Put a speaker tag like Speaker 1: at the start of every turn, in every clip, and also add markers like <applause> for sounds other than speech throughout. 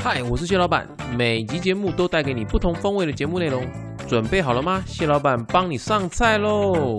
Speaker 1: 嗨，我是蟹老板，每集节目都带给你不同风味的节目内容，准备好了吗？蟹老板帮你上菜喽！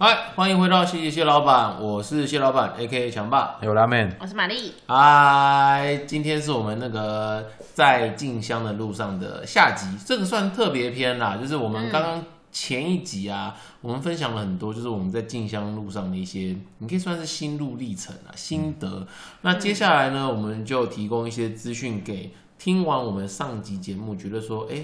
Speaker 1: 嗨，欢迎回到谢谢蟹老板，我是蟹老板 A.K.A 强爸。
Speaker 2: 有拉面，
Speaker 3: 我是玛丽，
Speaker 1: 嗨，今天是我们那个在进香的路上的下集，这个算特别篇啦，就是我们刚刚前一集啊，我们分享了很多，就是我们在进香路上的一些，你可以算是心路历程啊、心得。那接下来呢，我们就提供一些资讯给听完我们上集节目，觉得说，哎、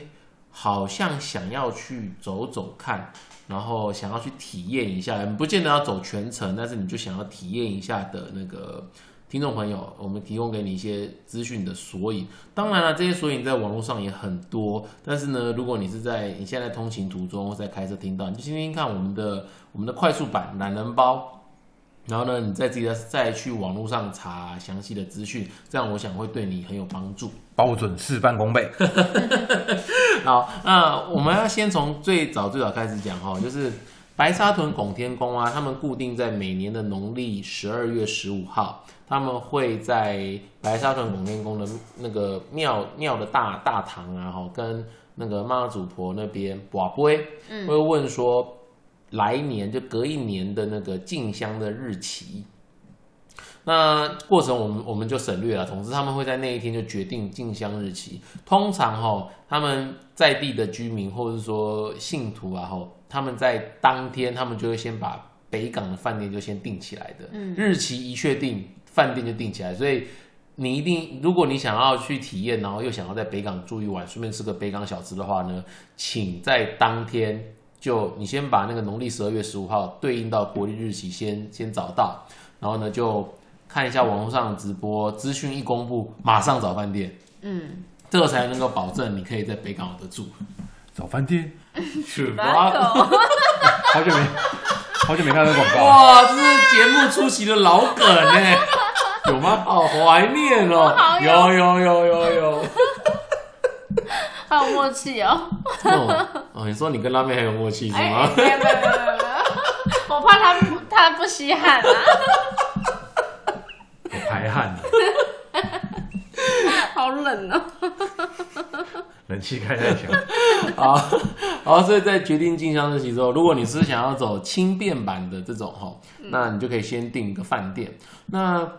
Speaker 1: 好像想要去走走看，然后想要去体验一下，不见得要走全程，但是你就想要体验一下的那个听众朋友，我们提供给你一些资讯的索引。当然了，这些索引在网络上也很多，但是呢，如果你是在你现在通勤途中或在开车听到，你就听听看我们的我们的快速版懒人包。然后呢，你再自己再再去网络上查详细的资讯，这样我想会对你很有帮助。
Speaker 2: 包准事半功 <laughs> 倍。
Speaker 1: <laughs> 好，那我们要先从最早最早开始讲哈，就是白沙屯拱天宫啊，他们固定在每年的农历十二月十五号，他们会在白沙屯拱天宫的那个庙庙的大大堂啊，哈，跟那个妈祖婆那边卜龟，会问说来年就隔一年的那个进香的日期。那过程我们我们就省略了。总之，他们会在那一天就决定进香日期。通常哈、他们在地的居民或者是说信徒啊，吼，他们在当天他们就会先把北港的饭店就先定起来的。嗯，日期一确定，饭店就定起来。所以你一定，如果你想要去体验，然后又想要在北港住一晚，顺便吃个北港小吃的话呢，请在当天就你先把那个农历十二月十五号对应到国历日期先先找到，然后呢就看一下网络上的直播资讯一公布，马上找饭店，
Speaker 3: 嗯，
Speaker 1: 这才能够保证你可以在北港有得住。
Speaker 2: 早饭店，
Speaker 1: 是
Speaker 3: 软口，
Speaker 2: 好久没 <laughs> 好久没看到这广告了，
Speaker 1: 哇，这是节目出席的老梗 <laughs> 呢，有吗？好怀念哦，
Speaker 3: 好
Speaker 1: 有
Speaker 3: 有
Speaker 1: 有有有有。
Speaker 3: 好有默契哦。
Speaker 1: 哦，哦你说你跟拉面很有默契是
Speaker 3: 哎，
Speaker 1: 吗
Speaker 3: 哎？没有没有没有没有没有，我怕他不他不稀罕啊，
Speaker 2: 我排汗了，
Speaker 3: 好冷哦。
Speaker 2: 人气开太强。
Speaker 1: 好， <laughs> 好，所以在决定进香日期之后，如果你是想要走轻便版的这种哈，那你就可以先订一个饭店。那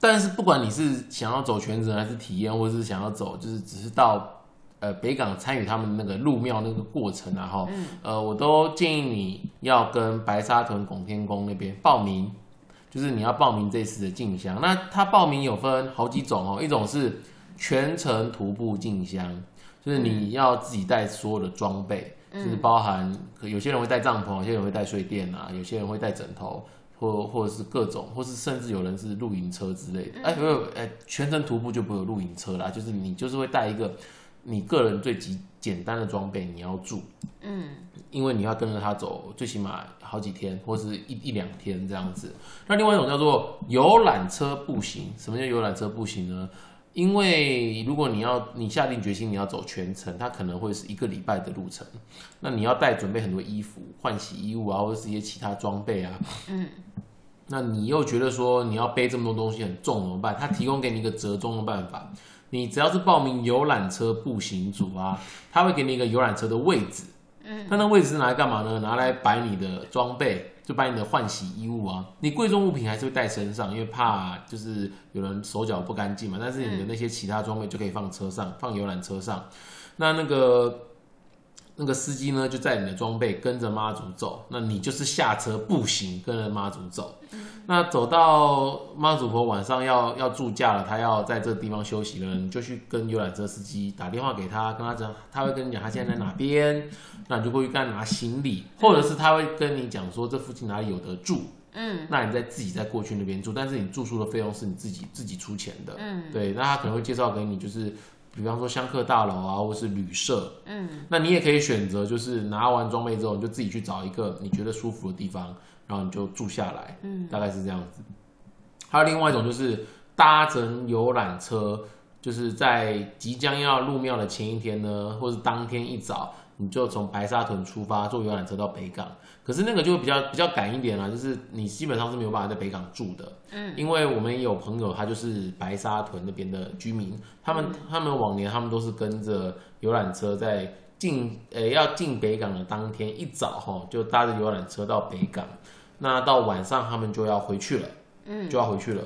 Speaker 1: 但是不管你是想要走全程还是体验，或者是想要走就是只是到呃北港参与他们那个入庙那个过程啊哈，呃，我都建议你要跟白沙屯拱天宫那边报名。就是你要报名这次的进香，那它报名有分好几种哦，一种是全程徒步进香，就是你要自己带所有的装备，就是包含有些人会带帐篷，有些人会带睡垫啊，有些人会带枕头，或或者是各种，或是甚至有人是露营车之类的。哎、没有，哎，全程徒步就不会有露营车啦，就是你就是会带一个你个人最极简单的装备，你要住，
Speaker 3: 嗯，
Speaker 1: 因为你要跟着他走，最起码好几天或是一一两天这样子。那另外一种叫做游览车步行，什么叫游览车步行呢？因为如果你要你下定决心你要走全程，它可能会是一个礼拜的路程，那你要带准备很多衣服、换洗衣物啊，或者是一些其他装备啊。
Speaker 3: 嗯。
Speaker 1: 那你又觉得说你要背这么多东西很重怎么办？它提供给你一个折中的办法，你只要是报名游览车步行组啊，它会给你一个游览车的位置。嗯。那那位置是拿来干嘛呢？拿来摆你的装备。就摆你的换洗衣物啊，你贵重物品还是会带身上，因为怕就是有人手脚不干净嘛。但是你的那些其他装备就可以放车上，放游览车上。那那个那个司机呢，就在你的装备跟着妈祖走，那你就是下车步行跟着妈祖走。那走到妈祖婆晚上要要住驾了，她要在这个地方休息了，你就去跟游览车司机打电话给他，跟他讲，他会跟你讲他现在在哪边，那你就过去跟他拿行李，或者是他会跟你讲说这附近哪里有得住，
Speaker 3: 嗯
Speaker 1: 那你再自己再过去那边住，但是你住宿的费用是你自己自己出钱的，
Speaker 3: 嗯
Speaker 1: 对，那他可能会介绍给你就是。比方说香客大楼啊，或是旅社，
Speaker 3: 嗯
Speaker 1: 那你也可以选择，就是拿完装备之后，你就自己去找一个你觉得舒服的地方，然后你就住下来，
Speaker 3: 嗯
Speaker 1: 大概是这样子。还有另外一种就是搭乘游览车，就是在即将要入庙的前一天呢，或是当天一早，你就从白沙屯出发，坐游览车到北港。可是那个就会比较比较赶一点啦、就是你基本上是没有办法在北港住的，嗯，因为我们有朋友他就是白沙屯那边的居民，他们、他们往年他们都是跟着游览车在进呃、要进北港的当天一早哈，就搭着游览车到北港，那到晚上他们就要回去了，嗯，就要回去了。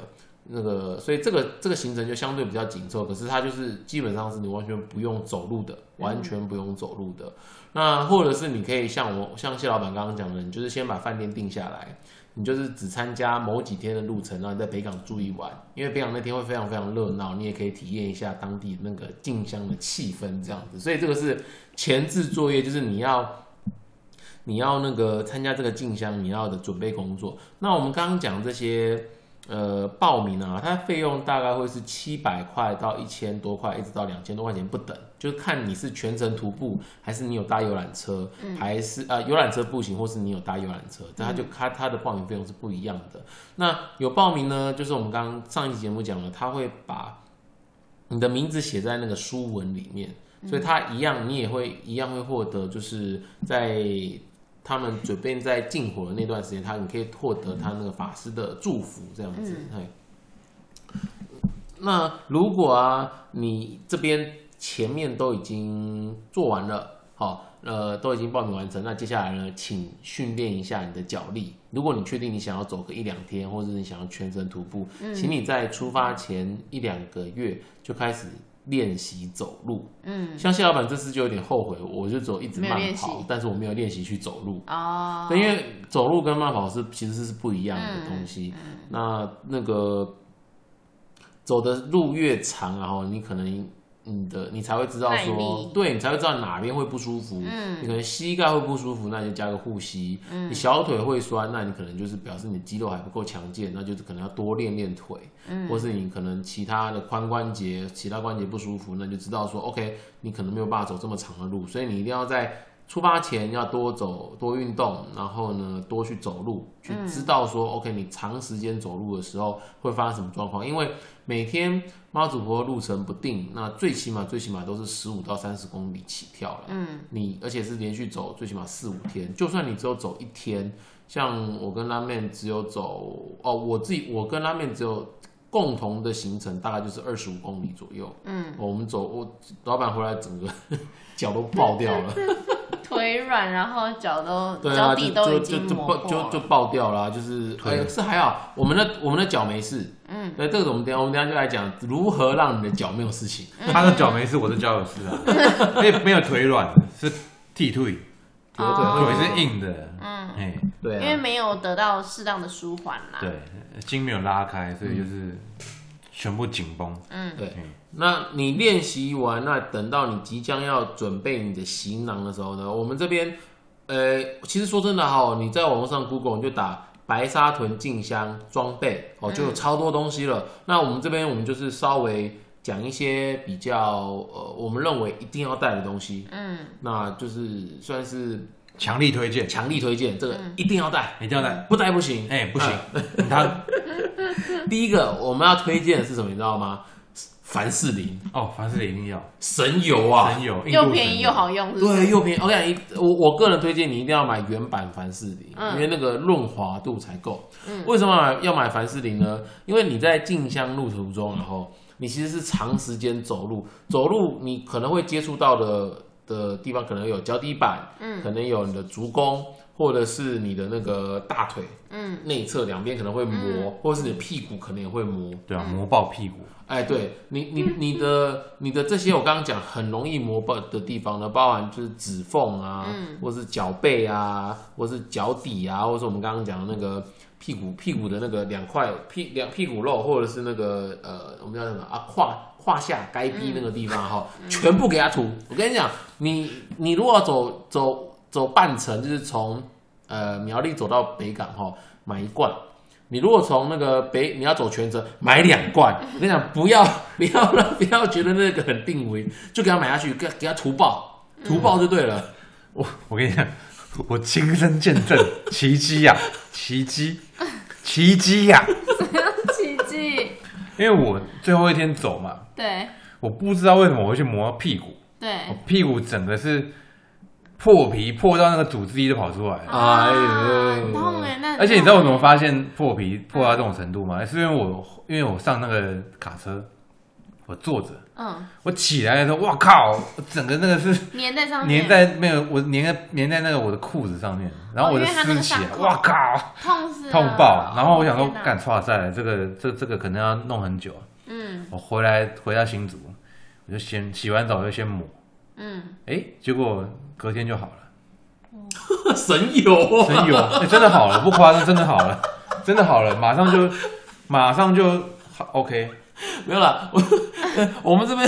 Speaker 1: 那个，所以这个这个行程就相对比较紧凑，可是它就是基本上是你完全不用走路的，完全不用走路的。那或者是你可以像我像谢老板刚刚讲的，你就是先把饭店定下来，你就是只参加某几天的路程，然后你在北港住一晚，因为北港那天会非常非常热闹，你也可以体验一下当地那个进香的气氛这样子。所以这个是前置作业，就是你要你要那个参加这个进香，你要的准备工作。那我们刚刚讲这些呃报名啊，它费用大概会是七百块到一千多块，一直到两千多块钱不等，就是看你是全程徒步，还是你有搭游览车，还是呃游览车步行，或是你有搭游览车，它就它它的报名费用是不一样的。那有报名呢，就是我们刚刚上一期节目讲了，他会把你的名字写在那个书文里面。所以他一样，你也会一样会获得，就是在他们准备在进火的那段时间，他你可以获得他那个法师的祝福，这样子。
Speaker 3: 嗯
Speaker 1: 哎、那如果啊，你这边前面都已经做完了，好，呃，都已经报名完成，那接下来呢，请训练一下你的脚力。如果你确定你想要走个一两天，或者是你想要全程徒步，
Speaker 3: 嗯
Speaker 1: 请你在出发前一两个月就开始练习走路。嗯，像谢老板这次就有点后悔，我就走一直
Speaker 3: 没有
Speaker 1: 慢
Speaker 3: 练习
Speaker 1: 跑，但是我没有练习去走路。
Speaker 3: 哦，
Speaker 1: 对，因为走路跟慢跑是其实是不一样的东西。
Speaker 3: 嗯
Speaker 1: 那那个走的路越长啊，然后你可能你的你才会知道
Speaker 3: 耐
Speaker 1: 说
Speaker 3: 力，
Speaker 1: 对你才会知道哪边会不舒服。
Speaker 3: 嗯
Speaker 1: 你可能膝盖会不舒服，那你就加个护膝。你小腿会酸，那你可能就是表示你肌肉还不够强健，那就是可能要多练练腿。嗯，或是你可能其他的髋关节、其他关节不舒服，那你就知道说，OK，你可能没有办法走这么长的路，所以你一定要在出发前要多走、多运动，然后呢多去走路，去知道说、o k 你长时间走路的时候会发生什么状况。因为每天妈祖婆路程不定，那最起码最起码都是十五到三十公里起跳了。
Speaker 3: 嗯，
Speaker 1: 你而且是连续走最起码四五天，就算你只有走一天，像我跟拉面只有走哦，我自己我跟拉面只有共同的行程大概就是二十五公里左右。哦
Speaker 3: 嗯，
Speaker 1: 我们走，我老板回来整个 <laughs> 脚都爆掉
Speaker 3: <laughs>
Speaker 1: 了。
Speaker 3: 腿软，然后脚都
Speaker 1: 对
Speaker 3: 脚
Speaker 1: 啊，就
Speaker 3: 底都
Speaker 1: 就
Speaker 3: 已
Speaker 1: 就
Speaker 3: 经
Speaker 1: 就
Speaker 3: 磨
Speaker 1: 爆
Speaker 3: 破
Speaker 1: 就就
Speaker 3: 了。
Speaker 1: 爆掉了啊、就是哎、
Speaker 2: 对
Speaker 1: 是还好，我们的我们的脚没事。
Speaker 3: 嗯，
Speaker 1: 对，这个我们等一下我们等一下就来讲如何让你的脚没有事情。
Speaker 2: 他的脚没事，我的脚有事 <laughs> 啊，没没有腿软，是踢腿，
Speaker 1: 对对
Speaker 2: 腿
Speaker 1: 对
Speaker 2: 是硬的，哦嗯，哎，
Speaker 1: 对
Speaker 3: 哦因
Speaker 1: 啊
Speaker 3: 为没有得到适当的舒缓啦。
Speaker 2: 对，筋没有拉开，所以就是全部紧绷，
Speaker 1: 对，那你练习完，那等到你即将要准备你的行囊的时候呢，我们这边，呃，其实说真的哈、你在网络上 Google 你就打白沙屯进香装备哦，就有超多东西了。那我们这边我们就是稍微讲一些比较呃，我们认为一定要带的东西，
Speaker 3: 嗯，
Speaker 1: 那就是算是
Speaker 2: 强力推荐，
Speaker 1: 强力推荐，这个一定要带，
Speaker 2: 一定要带，
Speaker 1: 不带不行。啊
Speaker 2: 哎，不行，他
Speaker 1: 第一个我们要推荐的是什么，你知道吗？凡士林
Speaker 2: 哦，凡士林一定要，
Speaker 1: 神油啊，
Speaker 2: 神油，印度
Speaker 3: 又便
Speaker 2: 神
Speaker 3: 宜
Speaker 2: 油
Speaker 3: 又，好用，是不
Speaker 1: 对，
Speaker 3: 是？
Speaker 1: 又便宜。我跟你讲，一我我个人推荐你一定要买原版凡士林，
Speaker 3: 嗯
Speaker 1: 因为那个润滑度才够。为什么要买要买凡士林呢？因为你在进香路途中，然后你其实是长时间走路，走路你可能会接触到的的地方，可能有脚底板，嗯，可能有你的足弓。或者是你的那个大腿，嗯，内侧两边可能会磨，
Speaker 3: 嗯
Speaker 1: 或者是你的屁股可能也会磨，
Speaker 2: 对啊，磨爆屁股，
Speaker 1: 哎，对你，你你的你的这些，我刚刚讲很容易磨爆的地方呢，包含就是指缝啊，或是脚背啊，或是脚底啊，或是我们刚刚讲的那个屁股屁股的那个两块屁两屁股肉，或者是那个呃，我们叫什么啊胯胯下该逼那个地方哈，全部给它涂。我跟你讲，你你如果要走走走半程，就是从呃苗栗走到北港哈，买一罐。你如果从那个北，你要走全程，买两罐。我跟你讲，不要 <laughs> 不要让不要觉得那个很定位，就给他买下去，给他给他涂爆，
Speaker 2: 嗯
Speaker 1: 涂爆就对了。 <laughs>
Speaker 2: 我我跟你讲， <laughs> 我亲身见证奇迹呀、 <laughs> 奇迹，奇迹呀、
Speaker 3: 奇迹，
Speaker 2: 因为我最后一天走嘛，
Speaker 3: 对
Speaker 2: 我不知道为什么我会去磨屁股，
Speaker 3: 对
Speaker 2: 我，屁股整个是破皮破到那个组织液都跑出来了。
Speaker 1: 哎呦
Speaker 3: 很啊痛哎，哦那
Speaker 2: 而且你知道我怎么发现破皮破到这种程度吗？是因为我因为我上那个卡车，我坐着，
Speaker 3: 嗯
Speaker 2: 我起来的时候，哇靠，我整个那个是
Speaker 3: 粘在上面，
Speaker 2: 粘在没有我粘在粘在那个我的裤子上面，然后我的
Speaker 3: 哦因为它那
Speaker 2: 丝
Speaker 3: 个
Speaker 2: 起来，
Speaker 3: 伤口
Speaker 2: 哇靠，
Speaker 3: 痛死了
Speaker 2: 痛爆！然后我想说
Speaker 3: 哦天，哪
Speaker 2: 干哇塞，这个这这个可能要弄很久。啊
Speaker 3: 嗯
Speaker 2: 我回来回到新竹，我就先洗完澡我就先抹，
Speaker 3: 嗯，
Speaker 2: 哎，结果隔天就好了。
Speaker 1: 神
Speaker 2: <laughs>
Speaker 1: 游啊，
Speaker 2: 真有，欸真的好了，不夸张，真的好了，真的好了，马上就，马上就好 OK，
Speaker 1: 没有啦， <laughs> 我我们这边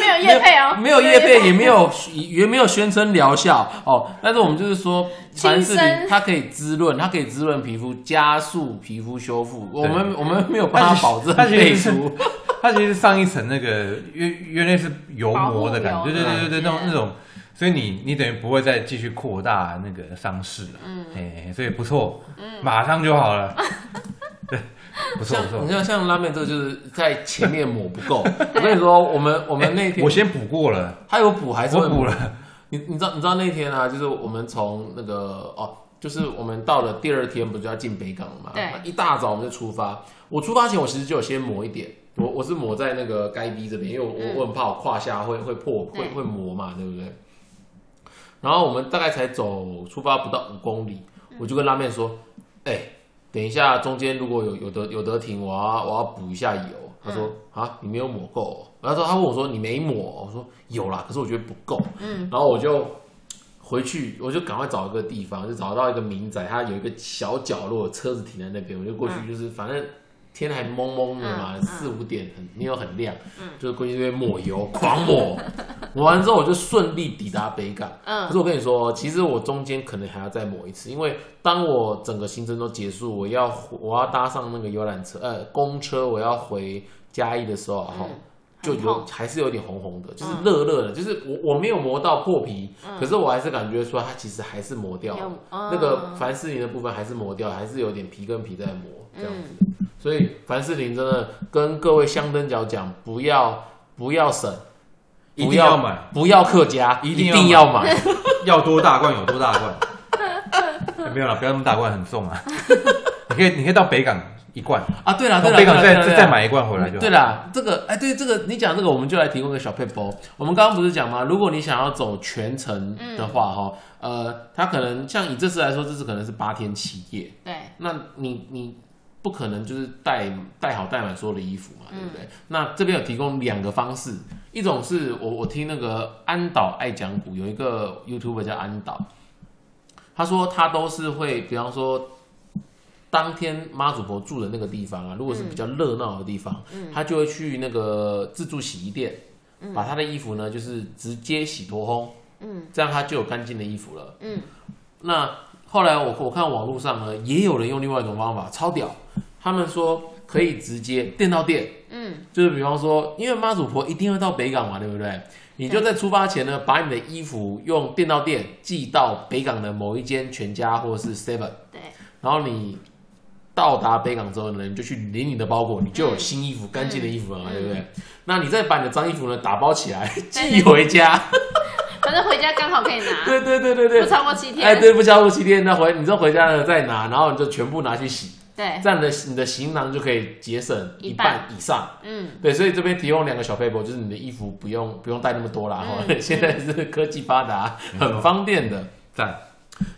Speaker 3: 没有叶配
Speaker 2: 啊
Speaker 3: 哦，
Speaker 1: 没有业
Speaker 3: 没有
Speaker 1: 配，也没有也没有宣称疗效哦，但是我们就是说，凡士
Speaker 3: 亲身
Speaker 1: 林它可以滋润，它可以滋润皮肤，加速皮肤修复。我们我们没有办
Speaker 2: 它
Speaker 1: 法
Speaker 2: 其
Speaker 1: 保证
Speaker 2: 它其实
Speaker 1: 配
Speaker 2: 是 <laughs>
Speaker 1: 出，
Speaker 2: 它其实上一层那个原原来是油膜的感
Speaker 3: 保
Speaker 2: 觉，
Speaker 3: 护
Speaker 2: 对
Speaker 3: 油
Speaker 2: 对对对对，
Speaker 3: 嗯
Speaker 2: 那种那种，所以你你等于不会再继续扩大那个伤势了，
Speaker 3: 嗯
Speaker 2: 哎、所以不错，马上就好
Speaker 3: <laughs>
Speaker 2: 了，对，不错
Speaker 1: 像
Speaker 2: 不错
Speaker 1: 你，像像拉面这个就是在前面抹不
Speaker 2: <laughs>
Speaker 1: 够。我跟你说，我们我们那天
Speaker 2: 我先补过了，
Speaker 1: 他有补还是
Speaker 2: 我
Speaker 1: 会
Speaker 2: 补
Speaker 1: 补
Speaker 2: 了，
Speaker 1: 你你知道你知道那天啊，就是我们从那个哦，就是我们到了第二天，不就要进北港了嘛？
Speaker 3: 对
Speaker 1: 一大早我们就出发。我出发前，我其实就有先磨一点，我我是磨在那个该逼这边，因为我、
Speaker 3: 嗯
Speaker 1: 我很怕我胯下会会破，会
Speaker 3: 对
Speaker 1: 会磨嘛，对不对？然后我们大概才走出发不到五公里，
Speaker 3: 嗯
Speaker 1: 我就跟拉面说：“哎、等一下，中间如果有有的有的停，我要我要补一下油。”他说：“
Speaker 3: 嗯
Speaker 1: 啊，你没有抹够哦、然后他问我说：“你没抹哦、我说：“有啦，可是我觉得不够。”
Speaker 3: 嗯，
Speaker 1: 然后我就回去，我就赶快找一个地方，就找到一个民宅，它有一个小角落，车子停在那边，我就过去，就是、反正天还蒙蒙的嘛，
Speaker 3: 嗯嗯嗯嗯
Speaker 1: 四五点很没有很亮，就是过去这边抹油，狂
Speaker 3: <laughs>
Speaker 1: 抹，抹完之后我就顺利抵达北港。
Speaker 3: 嗯
Speaker 1: 可是我跟你说，其实我中间可能还要再抹一次，因为当我整个行程都结束，我要回我要搭上那个游览车呃公车，我要回嘉义的时候，然后。
Speaker 3: 嗯
Speaker 1: 就
Speaker 3: 很
Speaker 1: 有
Speaker 3: 痛
Speaker 1: 还是有点红红的，就是
Speaker 3: 嗯
Speaker 1: 热热的，就是我我没有磨到破皮，可是我还是感觉说它其实还是磨掉了
Speaker 3: 有，嗯
Speaker 1: 那个凡士林的部分还是磨掉，还是有点皮跟皮在磨这样子
Speaker 3: 嗯，
Speaker 1: 所以凡士林真的跟各位香灯脚讲，不要不要省，
Speaker 2: 一
Speaker 1: 不
Speaker 2: 定要买，
Speaker 1: 不要客家，
Speaker 2: 一
Speaker 1: 一
Speaker 2: 定要
Speaker 1: 要买，
Speaker 2: 要多大罐有多大罐， <laughs> 欸没有了，不要那么大罐，很
Speaker 1: <laughs>
Speaker 2: 重啊，你可以你可以到北港一罐，
Speaker 1: <laughs> 啊！对了，对
Speaker 2: 从
Speaker 1: 了，
Speaker 2: 北港
Speaker 1: 对
Speaker 2: 再
Speaker 1: 啦对啦
Speaker 2: 再买一罐回来就好
Speaker 1: 对。啦，这个哎，对这个你讲这个，我们就来提供个小 paper。我们刚刚不是讲吗？如果你想要走全程的话，哈、呃，它可能像以这次来说，这次可能是八天七夜，
Speaker 3: 对，
Speaker 1: 那你你不可能就是带带好带满所有的衣服嘛，对不
Speaker 3: 嗯
Speaker 1: 对？那这边有提供两个方式，一种是我我听那个安岛爱讲股有一个 YouTuber 叫安岛，他说他都是会，比方说。当天妈祖婆住的那个地方啊，如果是比较
Speaker 3: 嗯
Speaker 1: 热闹的地方，他就会去那个自助洗衣店，把他的衣服呢就是直接洗脱烘，
Speaker 3: 嗯
Speaker 1: 这样他就有干净的衣服了。
Speaker 3: 嗯，
Speaker 1: 那后来我我看网络上呢，也有人用另外一种方法，超屌。他们说可以直接店到店，
Speaker 3: 嗯
Speaker 1: 就是比方说，因为妈祖婆一定会到北港嘛，对不对？你就在出发前呢，把你的衣服用店到店寄到北港的某一间全家或是 Seven，
Speaker 3: 对，
Speaker 1: 然后你到达北港之后呢，你就去领你的包裹，你就有新衣服、干净的衣服了嘛，对不对？那你再把你的脏衣服呢打包起来寄回家，
Speaker 3: 反正回家刚好可以拿，
Speaker 1: 对对对对对
Speaker 3: 不，超过七
Speaker 1: 哎，
Speaker 3: 天，
Speaker 1: 对，不交付七天，那回你就回家了再拿，然后你就全部拿去洗，
Speaker 3: 对，
Speaker 1: 这样你的你的行囊就可以节省一
Speaker 3: 哎一
Speaker 1: 半
Speaker 3: 半
Speaker 1: 以上。
Speaker 3: 嗯
Speaker 1: 对，所以这边提供两个小 paper，就是你的衣服不用不用带那么多啦，哈、<laughs>
Speaker 3: 嗯
Speaker 1: 现在是科技发达，很方便的。
Speaker 2: 赞，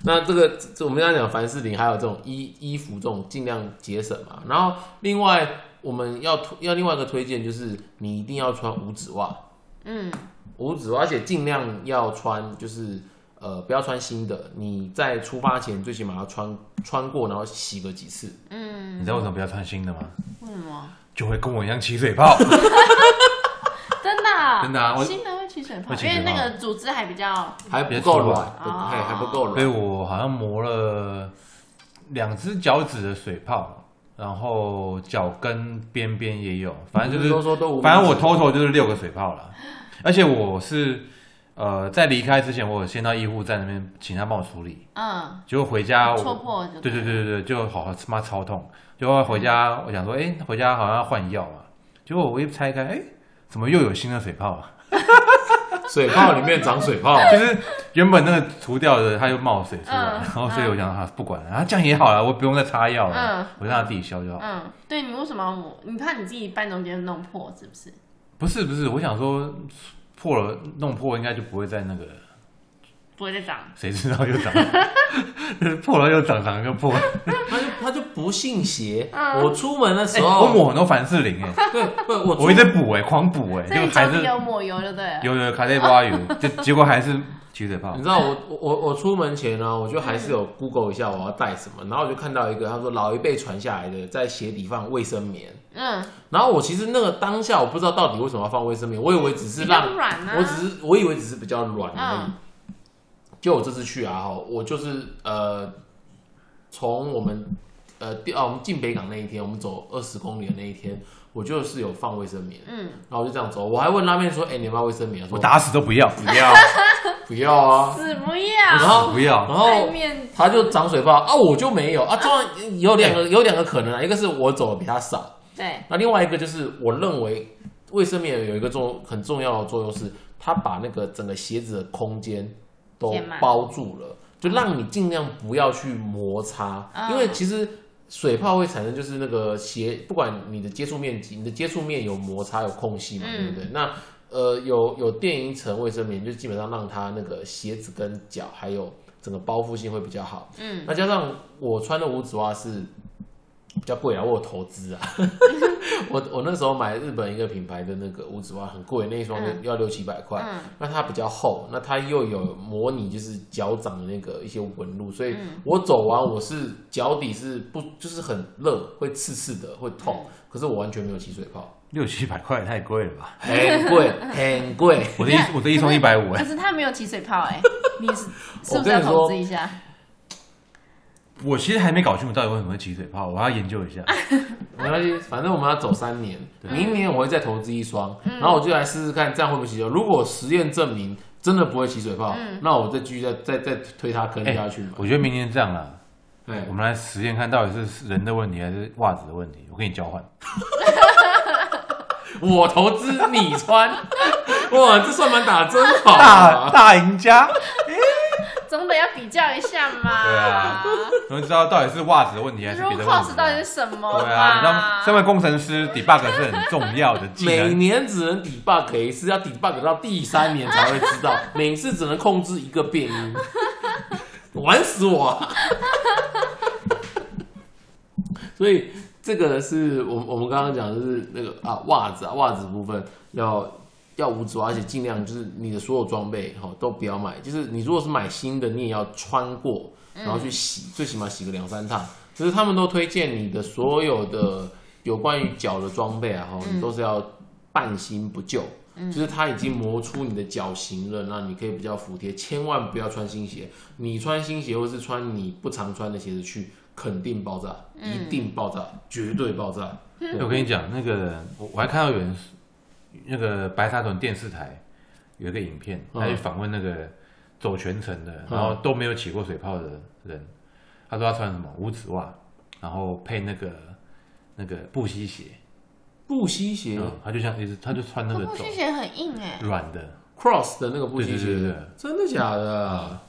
Speaker 1: 那这个这我们刚才讲凡士林，还有这种衣衣服这种尽量节省嘛。然后另外我们要推要另外一个推荐就是你一定要穿五指袜，
Speaker 3: 嗯
Speaker 1: 五指，而且尽量要穿，就是呃不要穿新的。你在出发前最起码要穿穿过，然后洗个几次。
Speaker 3: 嗯，
Speaker 2: 你知道为什么不要穿新的吗？
Speaker 3: 为什么？
Speaker 2: 就会跟我一样起水
Speaker 1: <laughs>
Speaker 2: 泡。
Speaker 3: 真的啊
Speaker 2: 真的啊我
Speaker 3: 新的会起水泡，
Speaker 2: 会起
Speaker 3: 因
Speaker 2: 水泡
Speaker 3: 为那个组织还比较，
Speaker 1: 还不够
Speaker 2: 别
Speaker 1: 软
Speaker 2: 出来，
Speaker 1: 不
Speaker 3: 哦
Speaker 1: 还还不够
Speaker 2: 所以
Speaker 1: 软。
Speaker 2: 我好像磨了两只脚趾的水泡，然后脚跟边边也有，反正就
Speaker 1: 你不都，
Speaker 2: 是
Speaker 1: 说都无名指，
Speaker 2: 反正我 total 就是六个水泡了。而且我是呃，在离开之前，我有先到医护站那边请他帮我处理，
Speaker 3: 嗯，
Speaker 2: 结果回家
Speaker 3: 戳
Speaker 2: 我，
Speaker 3: 破就
Speaker 1: 啊
Speaker 2: 对对，对对对，就好他妈超痛。结果回家
Speaker 3: 嗯
Speaker 2: 我想说，哎，回家好像要换药嘛，结果我一拆开，哎，怎么又有新的水泡啊？
Speaker 1: 水泡里面长水
Speaker 2: <laughs>
Speaker 1: 泡，
Speaker 2: 啊就是原本那个除掉的，它又冒水出来，
Speaker 3: 嗯
Speaker 2: 然后所以我想啊，不管了，啊这样也好了，我不用再擦药了，
Speaker 3: 嗯
Speaker 2: 我让它自己消就好。
Speaker 3: 嗯，对你为什么要抹？你怕你自己半中间弄破是不是？
Speaker 2: 不是不是，我想说破了弄破应该就不会再那个了，
Speaker 3: 不会再长？
Speaker 2: 谁知道又长， <laughs> 就是破了又长，长了又破。
Speaker 1: 他就他就不信邪。
Speaker 3: 嗯
Speaker 1: 我出门的时
Speaker 2: 哎
Speaker 1: 候，
Speaker 2: 我抹很多凡士林哎，
Speaker 1: <laughs> 对，不我出
Speaker 2: 我一直补哎，狂补哎，
Speaker 3: 所以
Speaker 2: 就
Speaker 3: 你
Speaker 2: 还
Speaker 3: 脚
Speaker 2: 是
Speaker 3: 底有抹油就对了。
Speaker 2: 有有卡内巴油，就结果还是起水泡
Speaker 1: 你。知道我我我我出门前呢、我就还是有 Google 一下我要带什么，然后我就看到一个他说老一辈传下来的，在鞋底放卫生棉。
Speaker 3: 嗯，
Speaker 1: 然后我其实那个当下我不知道到底为什么要放卫生棉，我以为只是让
Speaker 3: 比较软啊
Speaker 1: 我只是我以为只是比较软而已。
Speaker 3: 嗯
Speaker 1: 就我这次去啊，吼我就是呃，从我们呃第啊我们进北港那一天，我们走二十公里的那一天，我就是有放卫生棉，
Speaker 3: 嗯，
Speaker 1: 然后我就这样走，我还问拉面说，哎、你要不要卫生棉？他说
Speaker 2: 我打死都不要，
Speaker 1: 不要，不要
Speaker 3: <laughs>
Speaker 1: 啊。
Speaker 3: 死不
Speaker 1: 然
Speaker 3: 要，
Speaker 1: 后
Speaker 2: 不要。
Speaker 1: 然
Speaker 3: 爱
Speaker 1: 后
Speaker 3: 面子
Speaker 1: 他就长水泡啊，我就没有啊。当然有两个有两个可能啊，一个是我走的比他少，
Speaker 3: 对，
Speaker 1: 那另外一个就是我认为卫生棉有一个重很重要的作用是，它把那个整个鞋子的空间都
Speaker 3: 填满
Speaker 1: 包住了，就让你尽量不要去摩擦，
Speaker 3: 嗯
Speaker 1: 因为其实。水泡会产生就是那个鞋，不管你的接触面积，你的接触面有摩擦有空隙嘛，对不
Speaker 3: 嗯
Speaker 1: 对？那呃有有电一层卫生棉，就基本上让它那个鞋子跟脚还有整个包覆性会比较好。
Speaker 3: 嗯，
Speaker 1: 那加上我穿的五指袜是比较贵啊，我有投资啊。
Speaker 3: <laughs>
Speaker 1: 我我那时候买日本一个品牌的那个五指袜很贵，那一双
Speaker 3: 嗯
Speaker 1: 要六七百块。
Speaker 3: 嗯
Speaker 1: 那它比较厚，那它又有模拟就是脚掌的那个一些纹路，所以
Speaker 3: 嗯
Speaker 1: 我走完我是脚底是不就是很热，会刺刺的，会痛，
Speaker 3: 嗯
Speaker 1: 可是我完全没有起水泡，
Speaker 2: 六七百块也太贵了吧？
Speaker 1: 很
Speaker 3: <laughs>
Speaker 1: 贵很贵。
Speaker 2: 我的一我的一双一百五
Speaker 3: 可
Speaker 2: 哎，
Speaker 3: 是他没有起水泡哎，
Speaker 2: <laughs>
Speaker 3: 你是是
Speaker 1: 我
Speaker 3: 不是
Speaker 1: 跟
Speaker 3: 要
Speaker 1: 你
Speaker 3: 投
Speaker 1: 说
Speaker 3: 资一下？
Speaker 2: 我其实还没搞清楚到底为什么会起水泡，我要研究一下。
Speaker 1: 没关系，反正我们要走三年，明年我会再投资一双，然后我就来试试看，这样会不会起水泡。如果实验证明真的不会起水泡，那我再继续再再再推它坑下去嘛。
Speaker 2: 欸我觉得明天这样啦，
Speaker 1: 对
Speaker 2: 我，们来实验看到底是人的问题还是袜子的问题。我跟你交换，
Speaker 1: 我投资你穿，哇，这算盘打真好
Speaker 2: 大
Speaker 1: 啊！
Speaker 2: 大赢家，
Speaker 3: 总得要比较一下嘛。
Speaker 2: 对啊能知道到底是袜子的问题还是别的
Speaker 3: root
Speaker 2: 问
Speaker 3: cause
Speaker 2: 题
Speaker 3: 到底
Speaker 2: 吧。
Speaker 3: 是什么
Speaker 2: 对啊，你知道，
Speaker 3: 嘛？
Speaker 2: 身为工程师，debug 是很重要的技
Speaker 1: 每
Speaker 2: 能。
Speaker 1: 年只能 debug 一次，要 debug 到第三年才会知道，每次只能控制一个变音，玩死我 <laughs> 啊、所以这个是我们我们刚刚讲的是那个啊袜子啊袜子部分要要无指袜，而且尽量就是你的所有装备哈、哦、都不要买，就是你如果是买新的，你也要穿过，然后去洗，最起码洗个两三趟。就是他们都推荐你的所有的有关于脚的装备啊，哈、你都是要半新不旧。
Speaker 3: 嗯
Speaker 1: 就是它已经磨出你的脚型了，那你可以比较服帖，千万不要穿新鞋。你穿新鞋或是穿你不常穿的鞋子去，肯定爆炸，
Speaker 3: 嗯
Speaker 1: 一定爆炸，绝对爆炸。
Speaker 2: 我跟你讲，那个我我还看到有人，那个白沙屯电视台有一个影片，
Speaker 1: 嗯
Speaker 2: 他去访问那个走全程的，
Speaker 1: 嗯
Speaker 2: 然后都没有起过水泡的人，他说他穿什么五指袜，然后配那个那个布鞋鞋，
Speaker 1: 布鞋鞋、
Speaker 2: 嗯，他就像也是他就穿那个
Speaker 3: 哦布
Speaker 2: 走
Speaker 3: 鞋鞋很硬哎，
Speaker 2: 软的，
Speaker 1: cross 的那个布鞋鞋，
Speaker 2: 对对对对
Speaker 1: 真的假的啊？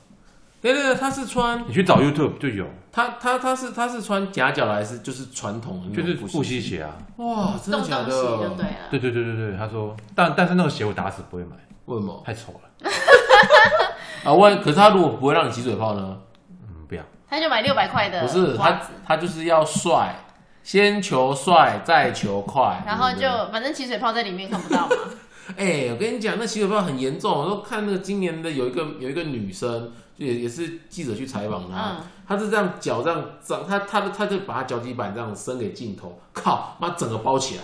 Speaker 1: 对对对，他是穿
Speaker 2: 你去找 YouTube 就有，
Speaker 1: 他他他是他是穿夹脚的还是就是传统的
Speaker 2: 就
Speaker 1: 那
Speaker 2: 是
Speaker 1: 种
Speaker 2: 布
Speaker 1: 嗯布鞋？
Speaker 2: 鞋鞋啊，
Speaker 1: 哇，真的
Speaker 3: 动东西
Speaker 1: 假
Speaker 3: 就对
Speaker 1: 的？
Speaker 3: 了。
Speaker 2: 对对对对对，他说，但但是那个鞋我打死不会买，
Speaker 1: 为什么
Speaker 2: 太丑了，
Speaker 1: 啊？万可是他如果不会让你起水泡呢？
Speaker 2: 嗯，不要，
Speaker 3: 他就买六百块的
Speaker 1: 不是
Speaker 3: 袜
Speaker 1: 他
Speaker 3: 子，
Speaker 1: 他就是要帅，先求帅再求快，
Speaker 3: 然后
Speaker 1: 对不
Speaker 3: 就
Speaker 1: 对
Speaker 3: 反正起水泡在里面看不到嘛。
Speaker 2: <laughs>
Speaker 1: 哎、我跟你讲，那洗手泡很严重。我都看那个今年的有一个有一个女生，就也也是记者去采访她，
Speaker 3: 嗯
Speaker 1: 她是这样脚这样张，她她她就把她脚底板这样伸给镜头，靠，妈整个包起来，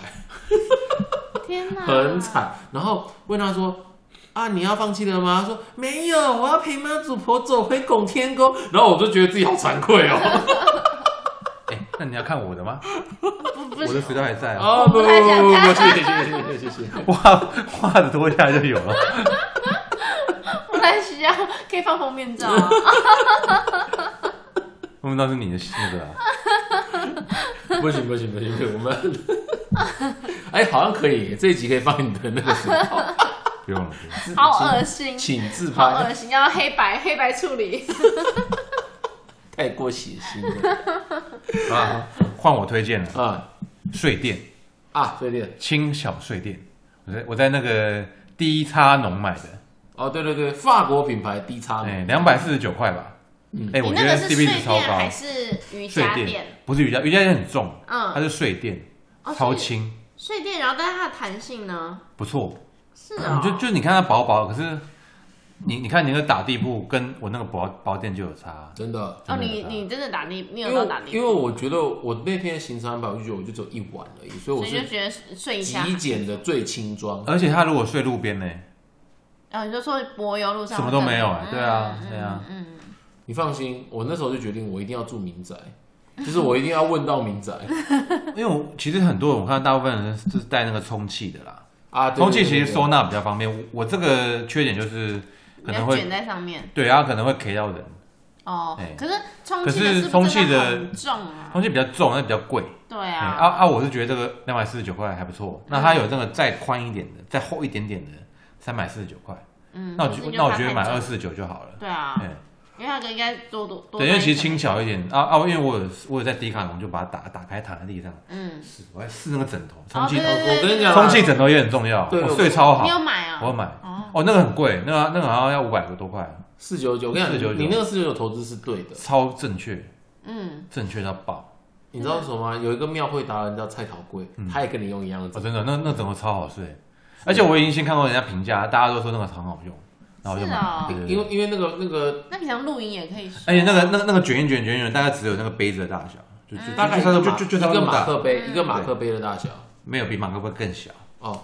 Speaker 3: 天哪，
Speaker 1: 很。惨。然后问她说。啊！你要放弃了吗？她说没有，我要陪妈祖婆走回拱天宫。然后我就觉得自己好惭愧哦。
Speaker 2: 哎、那你要看我的吗？
Speaker 3: 不不
Speaker 2: 我
Speaker 3: 是哦
Speaker 2: 的，水都还在 <laughs> 啊。
Speaker 1: 啊不不不
Speaker 3: 太想
Speaker 1: 不，
Speaker 3: 看
Speaker 1: 谢谢谢谢谢谢谢谢。
Speaker 2: 袜袜子脱下来就有了。 <laughs>
Speaker 3: 不太需要，可以放封面照啊。
Speaker 2: 问到是你的那个、
Speaker 1: <laughs>
Speaker 2: 啊，
Speaker 1: 不行不行不行，不 <laughs>
Speaker 3: <laughs>
Speaker 1: 行，我们哎，好像可以，这一集可以放你的那个什么，
Speaker 2: 不用了，不用了。
Speaker 3: 好恶心，
Speaker 1: 请自
Speaker 3: 好
Speaker 1: 拍，
Speaker 3: 恶心，要黑白黑白处理。
Speaker 1: 太过血腥
Speaker 3: <laughs>
Speaker 1: 了。
Speaker 2: 啊，换我推荐了，
Speaker 1: 啊
Speaker 2: 睡垫，
Speaker 1: 啊，对对，
Speaker 2: 轻小睡垫，我在我在那个低差农买的，
Speaker 1: 哦对对对，法国品牌 D 叉
Speaker 2: 哎，两百四十九块吧。
Speaker 1: 嗯
Speaker 2: 哎，
Speaker 3: 你
Speaker 2: 我觉
Speaker 3: 那个
Speaker 2: 得
Speaker 3: 是
Speaker 2: CP
Speaker 3: 睡
Speaker 2: 值超
Speaker 3: 垫
Speaker 2: 高
Speaker 3: 还。是瑜
Speaker 2: 睡
Speaker 3: 伽
Speaker 2: 垫
Speaker 3: 垫？
Speaker 2: 不是瑜伽，瑜伽垫很重，
Speaker 3: 嗯
Speaker 2: 它是睡垫，
Speaker 3: 哦
Speaker 2: 超
Speaker 3: 所以
Speaker 2: 轻，
Speaker 3: 睡垫，然后但是它的弹性呢？
Speaker 2: 不错。
Speaker 3: 是哦，
Speaker 2: 嗯就就你看它薄薄，可是你你看你那个打地铺跟我那个薄薄垫就有差。
Speaker 1: 真的。
Speaker 3: 哦，
Speaker 2: 真的
Speaker 3: 你
Speaker 2: 啊
Speaker 3: 你真的打地，你有
Speaker 1: 因
Speaker 3: 到
Speaker 1: 为
Speaker 3: 打地，
Speaker 1: 因为我觉得我那天的行程安排，我就觉得我就只有一晚而已，所以
Speaker 3: 所
Speaker 1: 我
Speaker 3: 以就是觉得睡一下。
Speaker 1: 极简的最轻装。
Speaker 2: 而且它如果睡路边呢，
Speaker 3: 然后你就说柏油路上
Speaker 2: 什么都没有
Speaker 3: 哎
Speaker 2: 哎，对啊，对啊，
Speaker 3: 嗯，
Speaker 1: 你放心，我那时候就决定我一定要住民宅，就是我一定要问到民宅
Speaker 2: 因为我其实很多人，我看大部分人是带那个充气的啦，
Speaker 1: 啊。对
Speaker 2: 充气其实收
Speaker 1: 对
Speaker 2: 纳比较方便。我我这个缺点就是可
Speaker 3: 你
Speaker 2: 能
Speaker 3: 要
Speaker 2: 会
Speaker 3: 卷在上面
Speaker 2: 对啊，可能会 K 到人，
Speaker 3: 哦
Speaker 2: 哎。
Speaker 3: 可是充
Speaker 2: 可
Speaker 3: 气的
Speaker 2: 是
Speaker 3: 是
Speaker 2: 充
Speaker 3: 不
Speaker 2: 气
Speaker 3: 是真
Speaker 2: 的
Speaker 3: 的很重啊？
Speaker 2: 充气比较重，那比较贵。
Speaker 3: 对
Speaker 2: 哎
Speaker 3: 啊，
Speaker 2: 啊啊！我是觉得这个两百四十九块还不错，那它有那个再宽一点的，再厚一点点的，三百四十九块。
Speaker 3: 嗯，
Speaker 2: 那我
Speaker 3: 可是
Speaker 2: 就
Speaker 3: 你
Speaker 2: 那我
Speaker 3: 怕
Speaker 2: 觉得
Speaker 3: 太
Speaker 2: 买
Speaker 3: 重
Speaker 2: 二四九就好了。
Speaker 3: 对啊，
Speaker 2: 哎
Speaker 3: 因为那个应该多多多。
Speaker 2: 对，因为其实，轻巧一点啊啊，因为我有我有在迪卡侬就把它打打开躺在地上
Speaker 3: 嗯，哦
Speaker 2: 试，我还试那个枕头，充气
Speaker 3: 对对
Speaker 1: 对我跟你讲啊
Speaker 2: 充气枕头也很重要，
Speaker 1: 对
Speaker 2: 我
Speaker 1: 我
Speaker 2: 睡超好
Speaker 3: 你，有买啊？
Speaker 2: 我有买
Speaker 3: 哦，
Speaker 2: 哦，那个很贵，那个那个好像要五百多块，
Speaker 1: 四九九，我跟你
Speaker 2: 499
Speaker 1: 讲，你那个四九九投资是对的。
Speaker 2: 超正确，
Speaker 3: 嗯，
Speaker 2: 正确到爆，
Speaker 1: 你知道什么吗？有一个庙会达人叫蔡桃贵，他也跟你用一样的
Speaker 2: 哦，
Speaker 1: 枕头。
Speaker 2: 真的，那那枕头超好睡，而且我已经先看过人家评价，大家都说那个很好用，然后我就买
Speaker 3: 是哦
Speaker 2: 了，对对对
Speaker 1: 因为因为那个那个
Speaker 3: 那平常露营也可以睡。
Speaker 2: 而且哎那个那个那个卷一卷卷一卷，大概只有那个杯子的大小，就就
Speaker 1: 大概
Speaker 2: 就
Speaker 1: 一个
Speaker 2: 就
Speaker 1: 马
Speaker 2: 就就
Speaker 1: 一
Speaker 2: 差不
Speaker 1: 个
Speaker 2: 多那么
Speaker 1: 马
Speaker 2: 大
Speaker 1: 克杯，
Speaker 3: 嗯
Speaker 1: 一个马克杯的大小
Speaker 2: 没有比马克杯更小，
Speaker 1: 哦，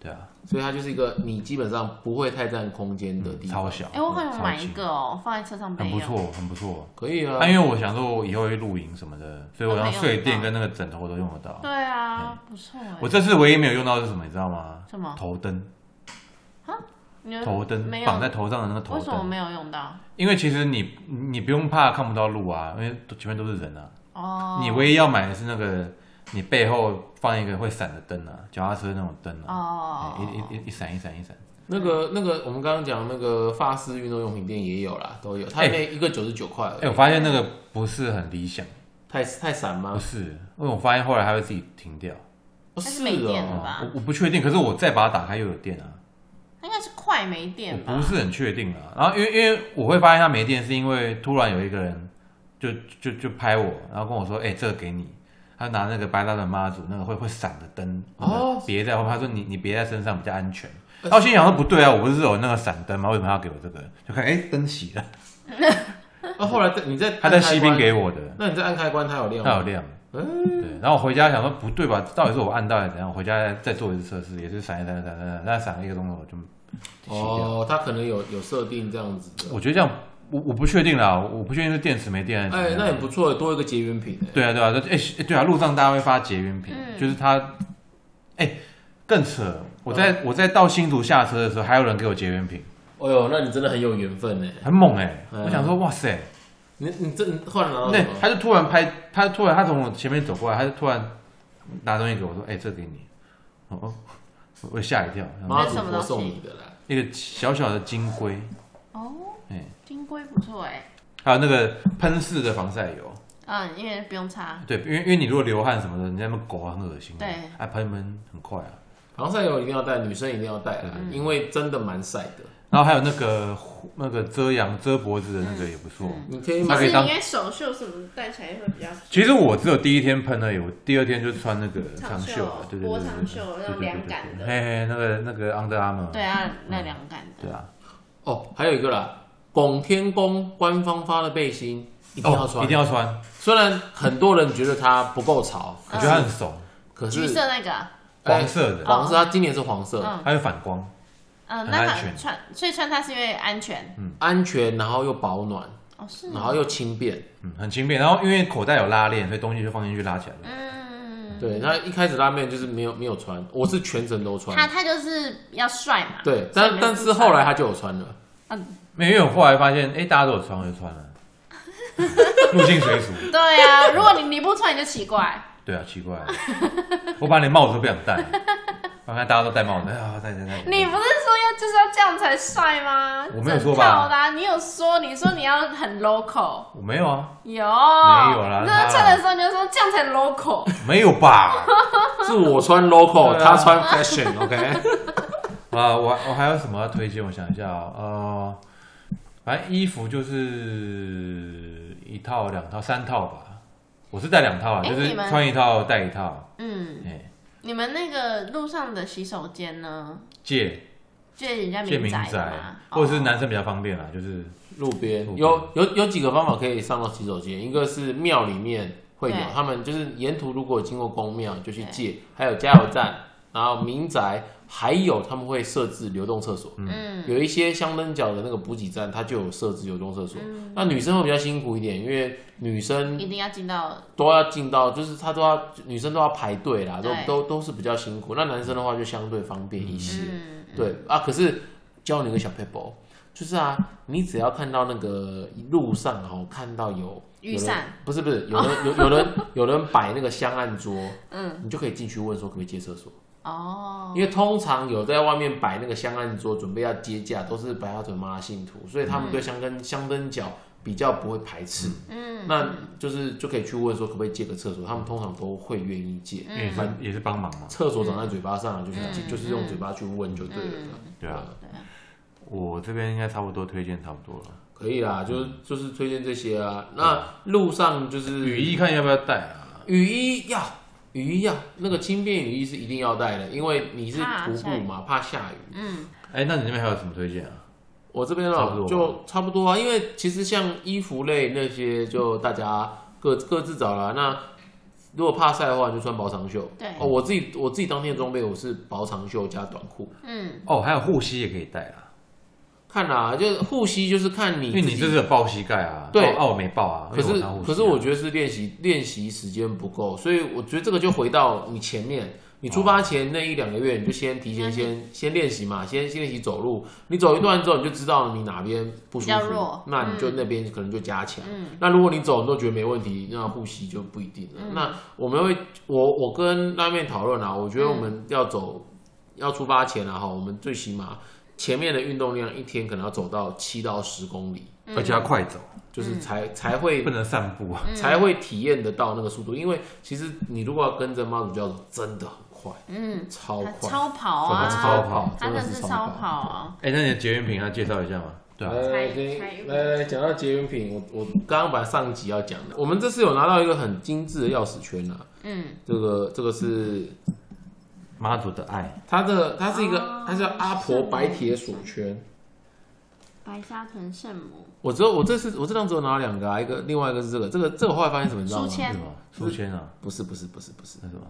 Speaker 2: 对啊，
Speaker 1: 所以它就是一个你基本上不会太占空间的地方。
Speaker 2: 超小，
Speaker 3: 哎，我好想
Speaker 2: 超
Speaker 3: 买一
Speaker 2: 轻
Speaker 3: 个哦，放在车上
Speaker 2: 很
Speaker 3: 备
Speaker 2: 不
Speaker 3: 用。
Speaker 2: 错，很不错。
Speaker 1: 可以啊
Speaker 2: 啊，，因为我想说，我以后会露营什么的，所以我
Speaker 3: 都可
Speaker 2: 让
Speaker 3: 以用
Speaker 2: 睡
Speaker 3: 得
Speaker 2: 垫
Speaker 3: 到
Speaker 2: 跟那个枕头我都用得到。
Speaker 3: 对啊，不错哎。
Speaker 2: 我这次唯一没有用到的是什么，你知道吗？
Speaker 3: 什么
Speaker 2: 头灯，
Speaker 3: 你有
Speaker 2: 头灯
Speaker 3: 没有
Speaker 2: 绑在头上的那个头
Speaker 3: 为什么
Speaker 2: 灯。
Speaker 3: 没有用到？
Speaker 2: 因为其实你你不用怕看不到路啊，因为都前面都是人啊。
Speaker 3: 哦，
Speaker 2: 你唯一要买的是那个你背后放一个会闪的灯啊，脚踏车那种灯啊，
Speaker 3: 哦
Speaker 2: 哎，一一一一闪一闪一闪。
Speaker 1: 那个那个我们刚刚讲那个发丝运动用品店也有啦，都有，它那一个九十九块而已，
Speaker 2: 哎、
Speaker 3: 哦
Speaker 2: 我发现那个不是很理想，
Speaker 1: 太太散
Speaker 2: 不
Speaker 1: 吗？
Speaker 2: 是，因为我发现后来它会自己停掉。
Speaker 1: 哦
Speaker 3: 它是
Speaker 1: 是
Speaker 3: 没电了
Speaker 1: 哦，
Speaker 3: 吧
Speaker 2: 我我不确定，可是我再把它打开又有电啊。
Speaker 3: 应该是快没电
Speaker 2: 我
Speaker 3: 吧
Speaker 2: 不？是很确定啊。然后因为因为我会发现他没电，是因为突然有一个人就就就拍我，然后跟我说：“哎、这个给你。”他拿那个白大的妈祖那个会会闪的灯，
Speaker 1: 哦呃
Speaker 2: 那个别在后面。他说你你别在身上比较安全。然后我心想说不对啊，我不是有那个闪灯吗？为什么他要给我这个？就看哎灯
Speaker 1: <laughs>
Speaker 2: 熄了，
Speaker 1: 那后来在你在
Speaker 2: 他在西边给
Speaker 1: 我，
Speaker 2: 我的，
Speaker 1: 那你在按开关它有亮
Speaker 2: 它有
Speaker 1: 吗？
Speaker 2: 亮。
Speaker 1: 嗯，
Speaker 2: 对，然后我回家想说不对吧，到底是我按到还是怎样？我回家再做一次测试，也是闪一闪闪闪闪，那闪了一个钟头我就熄掉了。
Speaker 1: 哦，它可能有有设定这样子的，
Speaker 2: 我觉得这样，我我不确定啦，我不确定是电池没电还是怎么
Speaker 1: 哎，
Speaker 2: 样
Speaker 1: 那也不错，多一个结缘品哎，
Speaker 2: 对啊对啊，就哎、是对啊，路上大家会发捷运品，
Speaker 3: 嗯
Speaker 2: 就是他，哎、更扯，我在、我在到新竹下车的时候，还有人给我捷运品，
Speaker 1: 哎呦，那你真的很有缘分哎，
Speaker 2: 很猛哎、
Speaker 1: 嗯
Speaker 2: 我想说哇塞，
Speaker 1: 你你这你后来拿到
Speaker 2: 那
Speaker 1: 什么？
Speaker 2: 他就突然拍，他突然他从我前面走过来，他就突然拿东西给我说，哎、这给你，哦哦，我我吓一跳，然后
Speaker 1: 妈
Speaker 3: 那是
Speaker 1: 祖
Speaker 3: 什么
Speaker 1: 婆
Speaker 3: 东西
Speaker 1: 送你的啦，
Speaker 2: 一个小小的金龟，
Speaker 3: 哦，
Speaker 2: 哎、
Speaker 3: 金龟不错哎，
Speaker 2: 还有那个喷式的防晒油。
Speaker 3: 嗯，因为不用擦。
Speaker 2: 对，因为因为你如果流汗什么的，你在那边狗很恶心啊，
Speaker 3: 对
Speaker 2: 啊喷喷很快啊。
Speaker 1: 防晒油一定要带，女生一定要带啦，
Speaker 3: 嗯
Speaker 1: 因为真的蛮晒的。
Speaker 2: 然后还有那个那个遮阳遮脖子的那个也不错。
Speaker 1: 你可以
Speaker 3: 其
Speaker 1: 买
Speaker 3: 实
Speaker 2: 嗯可以
Speaker 3: 你
Speaker 2: 当嗯
Speaker 3: 应该手袖什么戴起来会比较
Speaker 2: 其实我只有第一天喷而已，我第二天就穿那个长袖啊，对对对
Speaker 3: 波
Speaker 2: 对
Speaker 3: 长
Speaker 2: 对，
Speaker 3: 袖
Speaker 2: 对
Speaker 3: 那种凉感
Speaker 2: 对
Speaker 3: 的，
Speaker 2: 对对嘿嘿，那个那个 Under Armour，
Speaker 3: 对啊，那凉感的。
Speaker 2: 对啊，
Speaker 1: 哦，还有一个啦，拱天宫官方发的背心一
Speaker 2: 一
Speaker 1: 定要
Speaker 3: 哦
Speaker 1: 穿，
Speaker 2: 哦一定要
Speaker 3: 嗯
Speaker 2: 穿，
Speaker 1: 虽然很多人觉得它不够潮，
Speaker 2: 我觉得它很怂，
Speaker 1: 可
Speaker 3: 橘
Speaker 1: 是
Speaker 3: 色那个，
Speaker 1: 哎
Speaker 2: 黄色的，
Speaker 1: 黄色，它今年是黄色，
Speaker 3: 嗯
Speaker 2: 它会反光，
Speaker 3: 嗯，
Speaker 2: 很
Speaker 3: 那
Speaker 2: 安
Speaker 3: 它
Speaker 2: 全嗯
Speaker 3: 穿，所以穿它是因为安全。
Speaker 1: 安全，然后又保暖，
Speaker 3: 哦，是
Speaker 1: 然后又轻便。
Speaker 2: 嗯，很轻便。然后因为口袋有拉链，所以东西就放进去拉起来了。
Speaker 3: 嗯，
Speaker 1: 对，那一开始拉面就是没有没有穿，我是全程都
Speaker 3: 他
Speaker 1: 穿。
Speaker 3: 他就是要帅嘛。
Speaker 1: 对，
Speaker 3: 所以
Speaker 1: 但
Speaker 3: 没有
Speaker 1: 但
Speaker 3: 不
Speaker 1: 是
Speaker 3: 穿
Speaker 1: 后来他就有穿了，
Speaker 2: 没有，因为我后来发现，哎，大家都有穿，我就
Speaker 3: <laughs>
Speaker 2: 穿了，入境随俗。
Speaker 3: 对
Speaker 2: <laughs>
Speaker 3: 啊，如果你你不穿你就奇怪。
Speaker 2: 啊对啊，奇怪，我把你帽子都不想戴。我看大家都戴帽子，哎呀，戴戴戴。
Speaker 3: 你不是说要就是要这样才帅吗？
Speaker 2: 我没有说吧
Speaker 3: 整套的啊、你有说你说你要很 local，
Speaker 2: 我没有啊，
Speaker 3: 有
Speaker 2: 没有啦
Speaker 3: 你
Speaker 2: 他
Speaker 3: 那穿的时候你就说这样才 local，
Speaker 2: 没有吧？ <laughs>
Speaker 3: <laughs>
Speaker 1: 是我穿 local，、
Speaker 2: 对啊
Speaker 1: 他穿 fashion，OK？、
Speaker 2: 啊，我我还有什么要推荐？我想一下啊、呃，反正衣服就是一套、两套、三套吧。我是带两套啊，
Speaker 3: 哎
Speaker 2: 就是
Speaker 3: 你们
Speaker 2: 穿一套带一套。
Speaker 3: 嗯，
Speaker 2: 哎，
Speaker 3: 你们那个路上的洗手间呢？
Speaker 2: 借
Speaker 3: 借人家
Speaker 2: 借
Speaker 3: 民
Speaker 2: 民
Speaker 3: 宅的
Speaker 2: 宅
Speaker 3: 吗，
Speaker 2: 或者是
Speaker 3: 哦
Speaker 2: 男生比较方便啦，就是
Speaker 1: 路边
Speaker 2: 路边
Speaker 1: 有有有几个方法可以上到洗手间，一个是庙里面会有
Speaker 3: 对，
Speaker 1: 他们就是沿途如果经过公庙就去借，还有加油站，然后民宅，还有他们会设置流动厕所。
Speaker 3: 嗯，
Speaker 1: 有一些香灯角的那个补给站，它就有设置流动厕所。
Speaker 3: 嗯
Speaker 1: 那女生会比较辛苦一点，因为女生
Speaker 3: 一定要进到
Speaker 1: 都要进到，就是她都要女生都要排队啦，都
Speaker 3: 对
Speaker 1: 都都是比较辛苦。那男生的话就相对方便一些。
Speaker 3: 嗯，
Speaker 1: 对啊，可是教你一个小 paper，就是啊，你只要看到那个路上哦，看到有
Speaker 3: 雨
Speaker 1: 有
Speaker 3: 伞，
Speaker 1: 人不是不是，有人有有人有人摆那个香案桌，
Speaker 3: 嗯，
Speaker 1: 你就可以进去问说可不可以借厕所，
Speaker 3: 哦，
Speaker 1: 因为通常有在外面摆那个香案桌准备要接驾，都是白沙屯妈妈信徒，所以他们对香灯香灯角比较不会排斥，
Speaker 3: 嗯，
Speaker 1: 那就是就可以去问说可不可以借个厕所，他们通常都会愿意借。
Speaker 3: 嗯
Speaker 2: 因为也是也是帮忙嘛。
Speaker 1: 厕所长在嘴巴上，啊就是、就是用嘴巴去问就对了。
Speaker 3: 嗯
Speaker 2: 对啊，我这边应该差不多推荐差不多了。
Speaker 1: 可以啦，就是
Speaker 2: 嗯
Speaker 1: 就是推荐这些啊。那路上就是
Speaker 2: 雨衣看要不要带啊？
Speaker 1: 雨衣要雨衣要那个轻便雨衣是一定要带的，因为你是徒步嘛，怕下雨。
Speaker 3: 嗯，
Speaker 2: 哎，那你那边还有什么推荐啊？
Speaker 1: 我这边
Speaker 2: 差不
Speaker 1: 啊
Speaker 2: 多
Speaker 1: 就差不多啊，因为其实像衣服类那些就大家各各自找啦。那如果怕晒的话，就穿薄长袖。
Speaker 3: 对
Speaker 1: 哦，我自己我自己当天的装备我是薄长袖加短裤。
Speaker 3: 嗯，
Speaker 2: 哦，还有护膝也可以带啦，
Speaker 1: 看啦，就是护膝就是看你
Speaker 2: 因
Speaker 1: 自
Speaker 2: 为
Speaker 1: 己
Speaker 2: 你这是有抱膝盖啊。
Speaker 1: 对
Speaker 2: 哦，哦我没抱啊。
Speaker 1: 可
Speaker 2: 因为
Speaker 1: 是
Speaker 2: 我拿护膝啊
Speaker 1: 可是我觉得是练习练习时间不够，所以我觉得这个就回到你前面，你出发前那一两个月你就先提前
Speaker 3: 嗯
Speaker 1: 先、先练习嘛，先先练习走路，你走一段之后你就知道你哪边不舒
Speaker 3: 比较
Speaker 1: 服
Speaker 3: 弱，嗯
Speaker 1: 那你就那边可能就加强。那如果你走你都觉得没问题，那呼吸就不一定
Speaker 3: 嗯
Speaker 1: 了。那我们会我我跟拉面讨论啊，我觉得我们要走、要出发前啊哈，我们最起码前面的运动量一天可能要走到七到十公里。
Speaker 3: 嗯
Speaker 2: 而且要快走，
Speaker 1: 就是才、才会
Speaker 2: 不能散步啊。
Speaker 1: 才会体验得到那个速度。因为其实你如果要跟着妈祖教走，真的很快，
Speaker 3: 嗯，
Speaker 1: 超
Speaker 3: 他
Speaker 1: 快，
Speaker 3: 超跑
Speaker 2: 他
Speaker 3: 啊，
Speaker 2: 超
Speaker 1: 跑
Speaker 3: 他
Speaker 1: 真的
Speaker 3: 的
Speaker 1: 是
Speaker 3: 是
Speaker 1: 超
Speaker 3: 超
Speaker 1: 跑
Speaker 3: 跑啊，
Speaker 2: 哎，那你的捷运品要介绍一下吗？对啊，
Speaker 1: 来来
Speaker 3: 拆拆
Speaker 1: 来来来，讲到捷运品，我我刚刚把上集要讲的，我们这次有拿到一个很精致的钥匙圈啊，
Speaker 3: 嗯，
Speaker 1: 这个这个是
Speaker 2: 妈祖的爱，
Speaker 1: 它的，它是一个，
Speaker 3: 哦
Speaker 1: 它叫阿婆白铁锁圈。
Speaker 3: 白沙屯圣母
Speaker 1: 我只有我这次我这张只有拿了两个啊，一个另外一个是这个，这个这个后来发现什么你知道
Speaker 3: 书
Speaker 1: 吗？
Speaker 2: 是
Speaker 3: 签
Speaker 2: 什，么？书签啊？
Speaker 1: 不是不是不是不是，
Speaker 2: 那什么？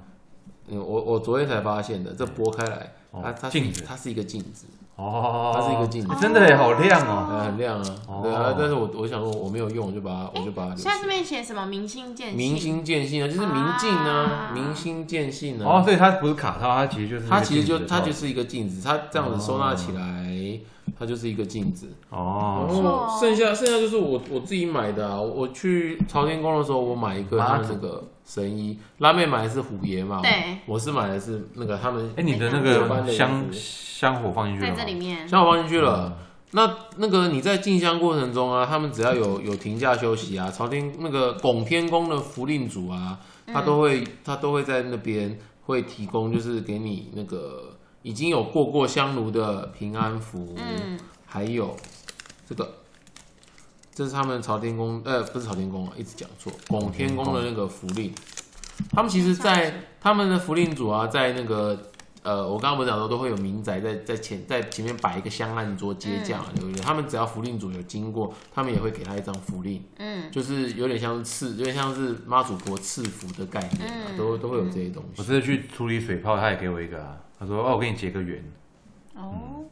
Speaker 1: 嗯，我我昨天才发现的，这拨开来，
Speaker 2: 哦
Speaker 1: 它它是
Speaker 2: 镜子
Speaker 1: 它是一个镜子，
Speaker 2: 哦，
Speaker 1: 它是一个镜子
Speaker 2: 真的耶好亮哦。
Speaker 1: 呃，很亮啊，
Speaker 2: 哦
Speaker 1: 对啊，但是我我想说我没有用，我就把它我就把它留
Speaker 3: 哎现在这
Speaker 1: 下。
Speaker 3: 边写什么明星见
Speaker 1: 明
Speaker 3: 信，
Speaker 1: 心见性啊，就是明镜啊，
Speaker 3: 啊
Speaker 1: 明心见性
Speaker 2: 哦，
Speaker 1: 啊，
Speaker 2: 所以它不是卡套，它其实就是一个
Speaker 1: 它其实就
Speaker 2: 镜子哦
Speaker 1: 它就是一个镜子，它这样子收纳起来，它就是一个镜子。嗯
Speaker 2: 哦，
Speaker 3: 错
Speaker 1: 剩下剩下就是我我自己买的啊，我去朝天宫的时候，我买一个他
Speaker 2: 妈
Speaker 1: 们
Speaker 2: 祖
Speaker 1: 那个神医，拉妹买的是虎爷嘛，
Speaker 3: 对
Speaker 1: 我是买的是那个他们
Speaker 2: 哎，你的那个香香火放进去了
Speaker 3: 在
Speaker 2: 吗
Speaker 3: 这里面，
Speaker 1: 像我放进去了。那那个你在进香过程中啊，他们只要有有停下休息啊，朝天那个拱天宫的福令主啊，
Speaker 3: 嗯
Speaker 1: 他都会、他都会在那边会提供，就是给你那个已经有过过香炉的平安符，
Speaker 3: 嗯，
Speaker 1: 还有这个，这是他们朝天宫，呃，不是朝天宫啊，一直讲错，拱天宫的那个符令。他们其实在，他们的符令组啊，在那个呃，我刚刚不是讲说都会有民宅在在前在前面摆一个香案桌接驾，对不对？他们只要符令组有经过，他们也会给他一张符令，
Speaker 3: 嗯，
Speaker 1: 就是有点像是赐，有点像是妈祖婆赐福的概念啊，
Speaker 3: 嗯
Speaker 1: 都都会有这些东
Speaker 2: 我
Speaker 1: 西。
Speaker 2: 这次去处理水泡，他也给我一个啊，他说哦，我给你结个缘，
Speaker 3: 哦，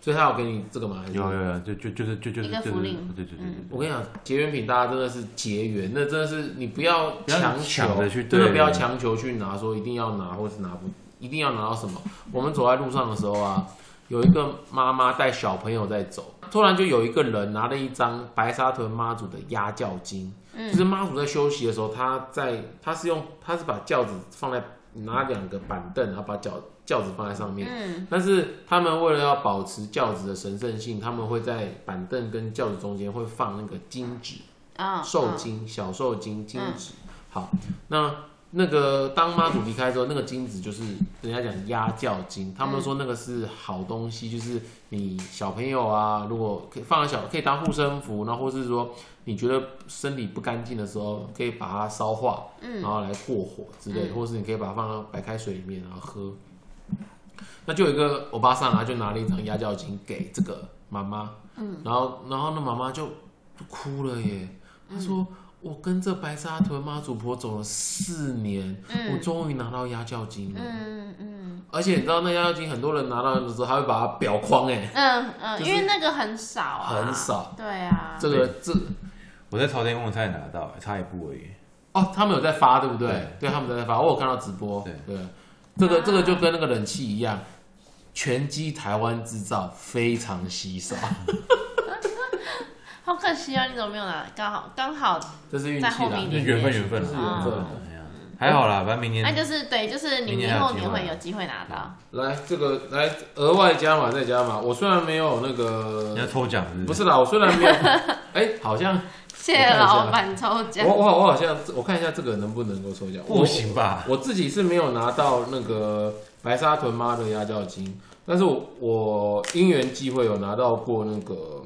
Speaker 1: 所以他有给你这个吗？还是
Speaker 2: 有有有，就就就是就就是
Speaker 3: 一个
Speaker 2: 就是哦
Speaker 3: 符令嗯
Speaker 2: 对对对对对，
Speaker 1: 我跟你讲，结缘品大家真的是结缘，那真的是你不要强
Speaker 2: 不要
Speaker 1: 求，
Speaker 2: 抢着去
Speaker 1: 真的
Speaker 2: 对
Speaker 1: 不要强求去拿，说一定要拿或是拿不，一定要拿到什么。我们走在路上的时候啊，有一个妈妈带小朋友在走，突然就有一个人拿了一张白沙屯妈祖的压轿经，就是妈祖在休息的时候，她在她是用她是把轿子放在拿两个板凳，然后把脚轿子放在上面。
Speaker 3: 嗯，
Speaker 1: 但是他们为了要保持轿子的神圣性，他们会在板凳跟轿子中间会放那个金纸，
Speaker 3: 啊，
Speaker 1: 受精、小受精、精子。好，那那个当妈祖离开之后，那个精子就是人家讲压轿精，他们说那个是好东西，就是你小朋友啊，如果可以放在小可以当护身符，然后或是说你觉得身体不干净的时候，可以把它烧化，
Speaker 3: 嗯
Speaker 1: 然后来过火之类的，或是你可以把它放到白开水里面然后喝。那就有一个欧巴桑啊，就拿了一张压轿巾给这个妈妈，嗯，然后然后那妈妈就就哭了耶，
Speaker 3: 嗯
Speaker 1: 她说。我跟这白沙屯妈祖婆走了四年，
Speaker 3: 嗯
Speaker 1: 我终于拿到压轿金了。
Speaker 3: 嗯嗯
Speaker 1: 而且你知道那压轿金，很多人拿到的时候，还会把它裱框、哎，
Speaker 3: 嗯嗯，
Speaker 1: 就是
Speaker 3: 因为那个很少啊，
Speaker 1: 很少，
Speaker 3: 对啊，
Speaker 1: 这个这
Speaker 2: 我在朝天宫才拿到，差一步而已。
Speaker 1: 哦，他们有在发，对不对？
Speaker 2: 对
Speaker 1: 他们有在发，我有看到直播。
Speaker 2: 对
Speaker 1: 这个
Speaker 3: 啊
Speaker 1: 这个就跟那个冷气一样，拳击台湾制造非常稀少， <laughs>
Speaker 3: 好可惜啊，你怎么没有拿？刚好刚好，
Speaker 1: 这是运
Speaker 3: 在
Speaker 1: 气
Speaker 3: 后
Speaker 1: 啦
Speaker 3: 面一。
Speaker 2: 就
Speaker 3: 点
Speaker 2: 缘分，缘分
Speaker 1: 是缘分
Speaker 2: 啊。哎呀还好啦，反正明
Speaker 3: 那
Speaker 2: 年
Speaker 3: 就是对，就是你
Speaker 2: 明
Speaker 3: 明
Speaker 2: 年还有
Speaker 3: 后
Speaker 2: 机
Speaker 3: 年
Speaker 2: 会
Speaker 3: 会有机会拿到。
Speaker 1: 来，这个来额外加码再加码。我虽然没有那个
Speaker 2: 你要，抽奖是
Speaker 1: 不
Speaker 2: 不是？
Speaker 1: 是啦，我虽
Speaker 3: <laughs>
Speaker 1: 然没有，哎，好像
Speaker 3: 谢谢老板抽奖
Speaker 1: 我，我好我好像我看一下这个能不能够抽奖，
Speaker 2: 不行吧？
Speaker 1: <laughs> 我。我自己是没有拿到那个白沙屯妈的压轿金，但是我我因缘际会有拿到过那个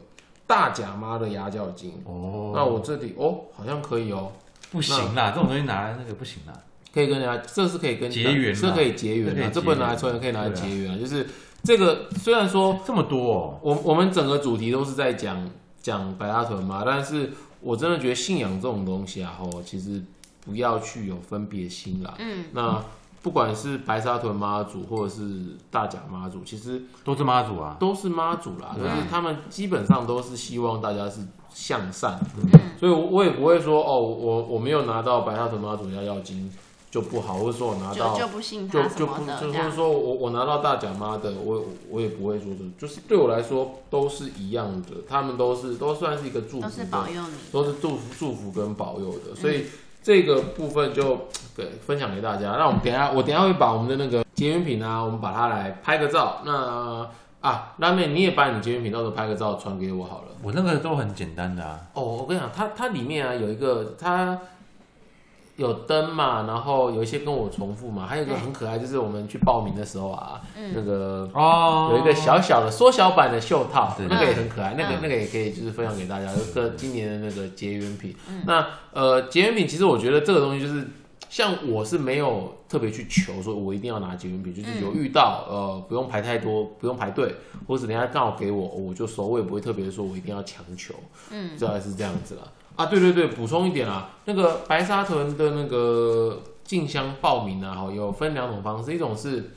Speaker 1: 大甲妈的压轿金。
Speaker 2: 哦，
Speaker 1: 那我这里哦，好像可以哦，
Speaker 2: 不行啦，这种东西拿来那个不行啦。
Speaker 1: 可以跟人家，这是可以跟
Speaker 2: 结缘嘛
Speaker 1: 这可以结缘
Speaker 2: 这可以结
Speaker 1: 啊
Speaker 2: 缘，
Speaker 1: 这不能拿来抽，可以拿来结缘啊。就是这个虽然说
Speaker 2: 这么多哦，
Speaker 1: 我我们整个主题都是在讲讲白大屯嘛，但是我真的觉得信仰这种东西啊，吼，其实不要去有分别心啦。
Speaker 3: 嗯，
Speaker 1: 那不管是白沙屯妈祖或者是大甲妈祖，其实
Speaker 2: 都是妈祖啊。
Speaker 1: 都是妈祖啦，
Speaker 3: 嗯
Speaker 1: 就
Speaker 2: 对啊
Speaker 1: 是他们基本上都是希望大家是向善的，
Speaker 3: 嗯
Speaker 1: 所以我我也不会说哦，我我没有拿到白沙屯妈祖要要金就不好，或者说我拿
Speaker 3: 就
Speaker 1: 到
Speaker 3: 就不信
Speaker 1: 就
Speaker 3: 他什
Speaker 1: 就
Speaker 3: 么
Speaker 1: 不
Speaker 3: 的
Speaker 1: 就
Speaker 3: 这
Speaker 1: 是
Speaker 3: 样。
Speaker 1: 说我我拿到大奖妈的，我我也不会说的，就是对我来说都是一样的，他们都是都算是一个祝福
Speaker 3: 都
Speaker 1: 的，
Speaker 3: 是保佑你，
Speaker 1: 都是祝福祝福跟保佑的，所以这个部分就对分享给大家。那我们等一下我等一下会把我们的那个结缘品啊，我们把它来拍个照。那啊，拉妹你也把你的结缘品到时候拍个照传给我好了。
Speaker 2: 我那个都很简单的啊，
Speaker 1: 哦，我跟你讲，它它里面啊有一个它有灯嘛，然后有一些跟我重复嘛，还有一个很可爱，就是我们去报名的时候啊，那个
Speaker 2: 哦
Speaker 1: 有一个小小的缩小版的袖套，
Speaker 2: 对
Speaker 1: 那个也很可爱，那个
Speaker 3: 嗯
Speaker 1: 那个也可以就是分享给大家，有一个今年的那个结缘品。那呃，结缘品其实我觉得这个东西就是。像我是没有特别去求说，我一定要拿结缘品，就是有遇到、呃，不用排太多，不用排队，或是人家刚好给我，我就收，我也不会特别说我一定要强求。
Speaker 3: 嗯，
Speaker 1: 大概是这样子啦。啊，对对对，补充一点啦，那个白沙屯的那个进香报名啊，哈，有分两种方式，一种是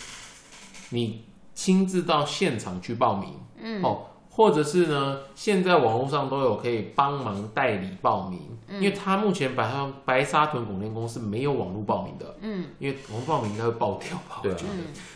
Speaker 1: 你亲自到现场去报名，
Speaker 3: 嗯，
Speaker 1: 哦，或者是呢，现在网络上都有可以帮忙代理报名，
Speaker 3: 嗯
Speaker 1: 因为他目前白沙白沙屯广电公司没有网络报名的，
Speaker 3: 嗯，
Speaker 1: 因为网络报名应该会爆掉吧，
Speaker 2: 对
Speaker 1: 我
Speaker 2: 啊
Speaker 1: 觉得，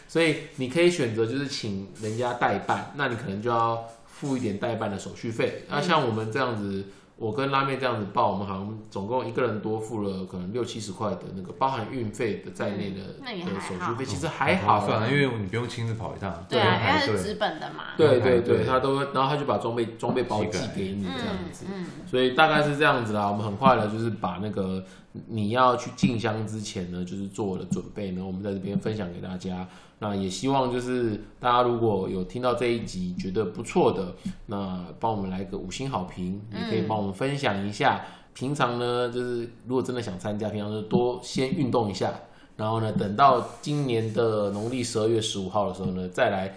Speaker 1: 所以你可以选择就是请人家代办，那你可能就要付一点代办的手续费。
Speaker 3: 嗯
Speaker 1: 那、像我们这样子，我跟拉面这样子报，我们好像总共一个人多付了可能六七十块的那个包含运费的在内的、
Speaker 3: 嗯那也
Speaker 1: 的
Speaker 3: 还
Speaker 1: 手
Speaker 3: 好
Speaker 1: 续费，其实还好啦，啊
Speaker 2: 算了，因为你不用亲自跑一趟，
Speaker 3: 对啊，因为它
Speaker 2: 不用
Speaker 3: 是
Speaker 2: 排
Speaker 3: 纸
Speaker 2: 队
Speaker 3: 本的嘛，
Speaker 1: 对对
Speaker 2: 对
Speaker 1: 对，
Speaker 2: 对
Speaker 1: 他都会，然后他就把装备装备包寄给你这样
Speaker 3: 嗯
Speaker 1: 子，
Speaker 3: 嗯，
Speaker 1: 所以大概是这样子啊啦。我们很快的，就是把那个你要去进香之前呢，就是做了准备呢，我们在这边分享给大家。那也希望就是大家如果有听到这一集觉得不错的，那帮我们来个五星好评，
Speaker 3: 嗯
Speaker 1: 也可以帮我们分享一下。平常呢，就是如果真的想参加，平常就多先运动一下，然后呢，等到今年的农历十二月十五号的时候呢，再来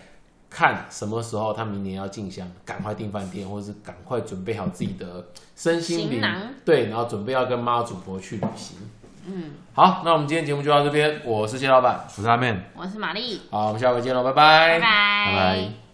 Speaker 1: 看什么时候他明年要进香，赶快订饭店，或者是赶快准备好自己的身心灵
Speaker 3: 行囊，
Speaker 1: 对，然后准备要跟妈祖婆去旅行。嗯，好，那我们今天节目就到这边，我是谢老板，
Speaker 2: 福大面。
Speaker 3: 我是玛丽，
Speaker 1: 好，我们下回见喽，
Speaker 3: 拜
Speaker 1: 拜
Speaker 3: 拜，拜
Speaker 2: 拜拜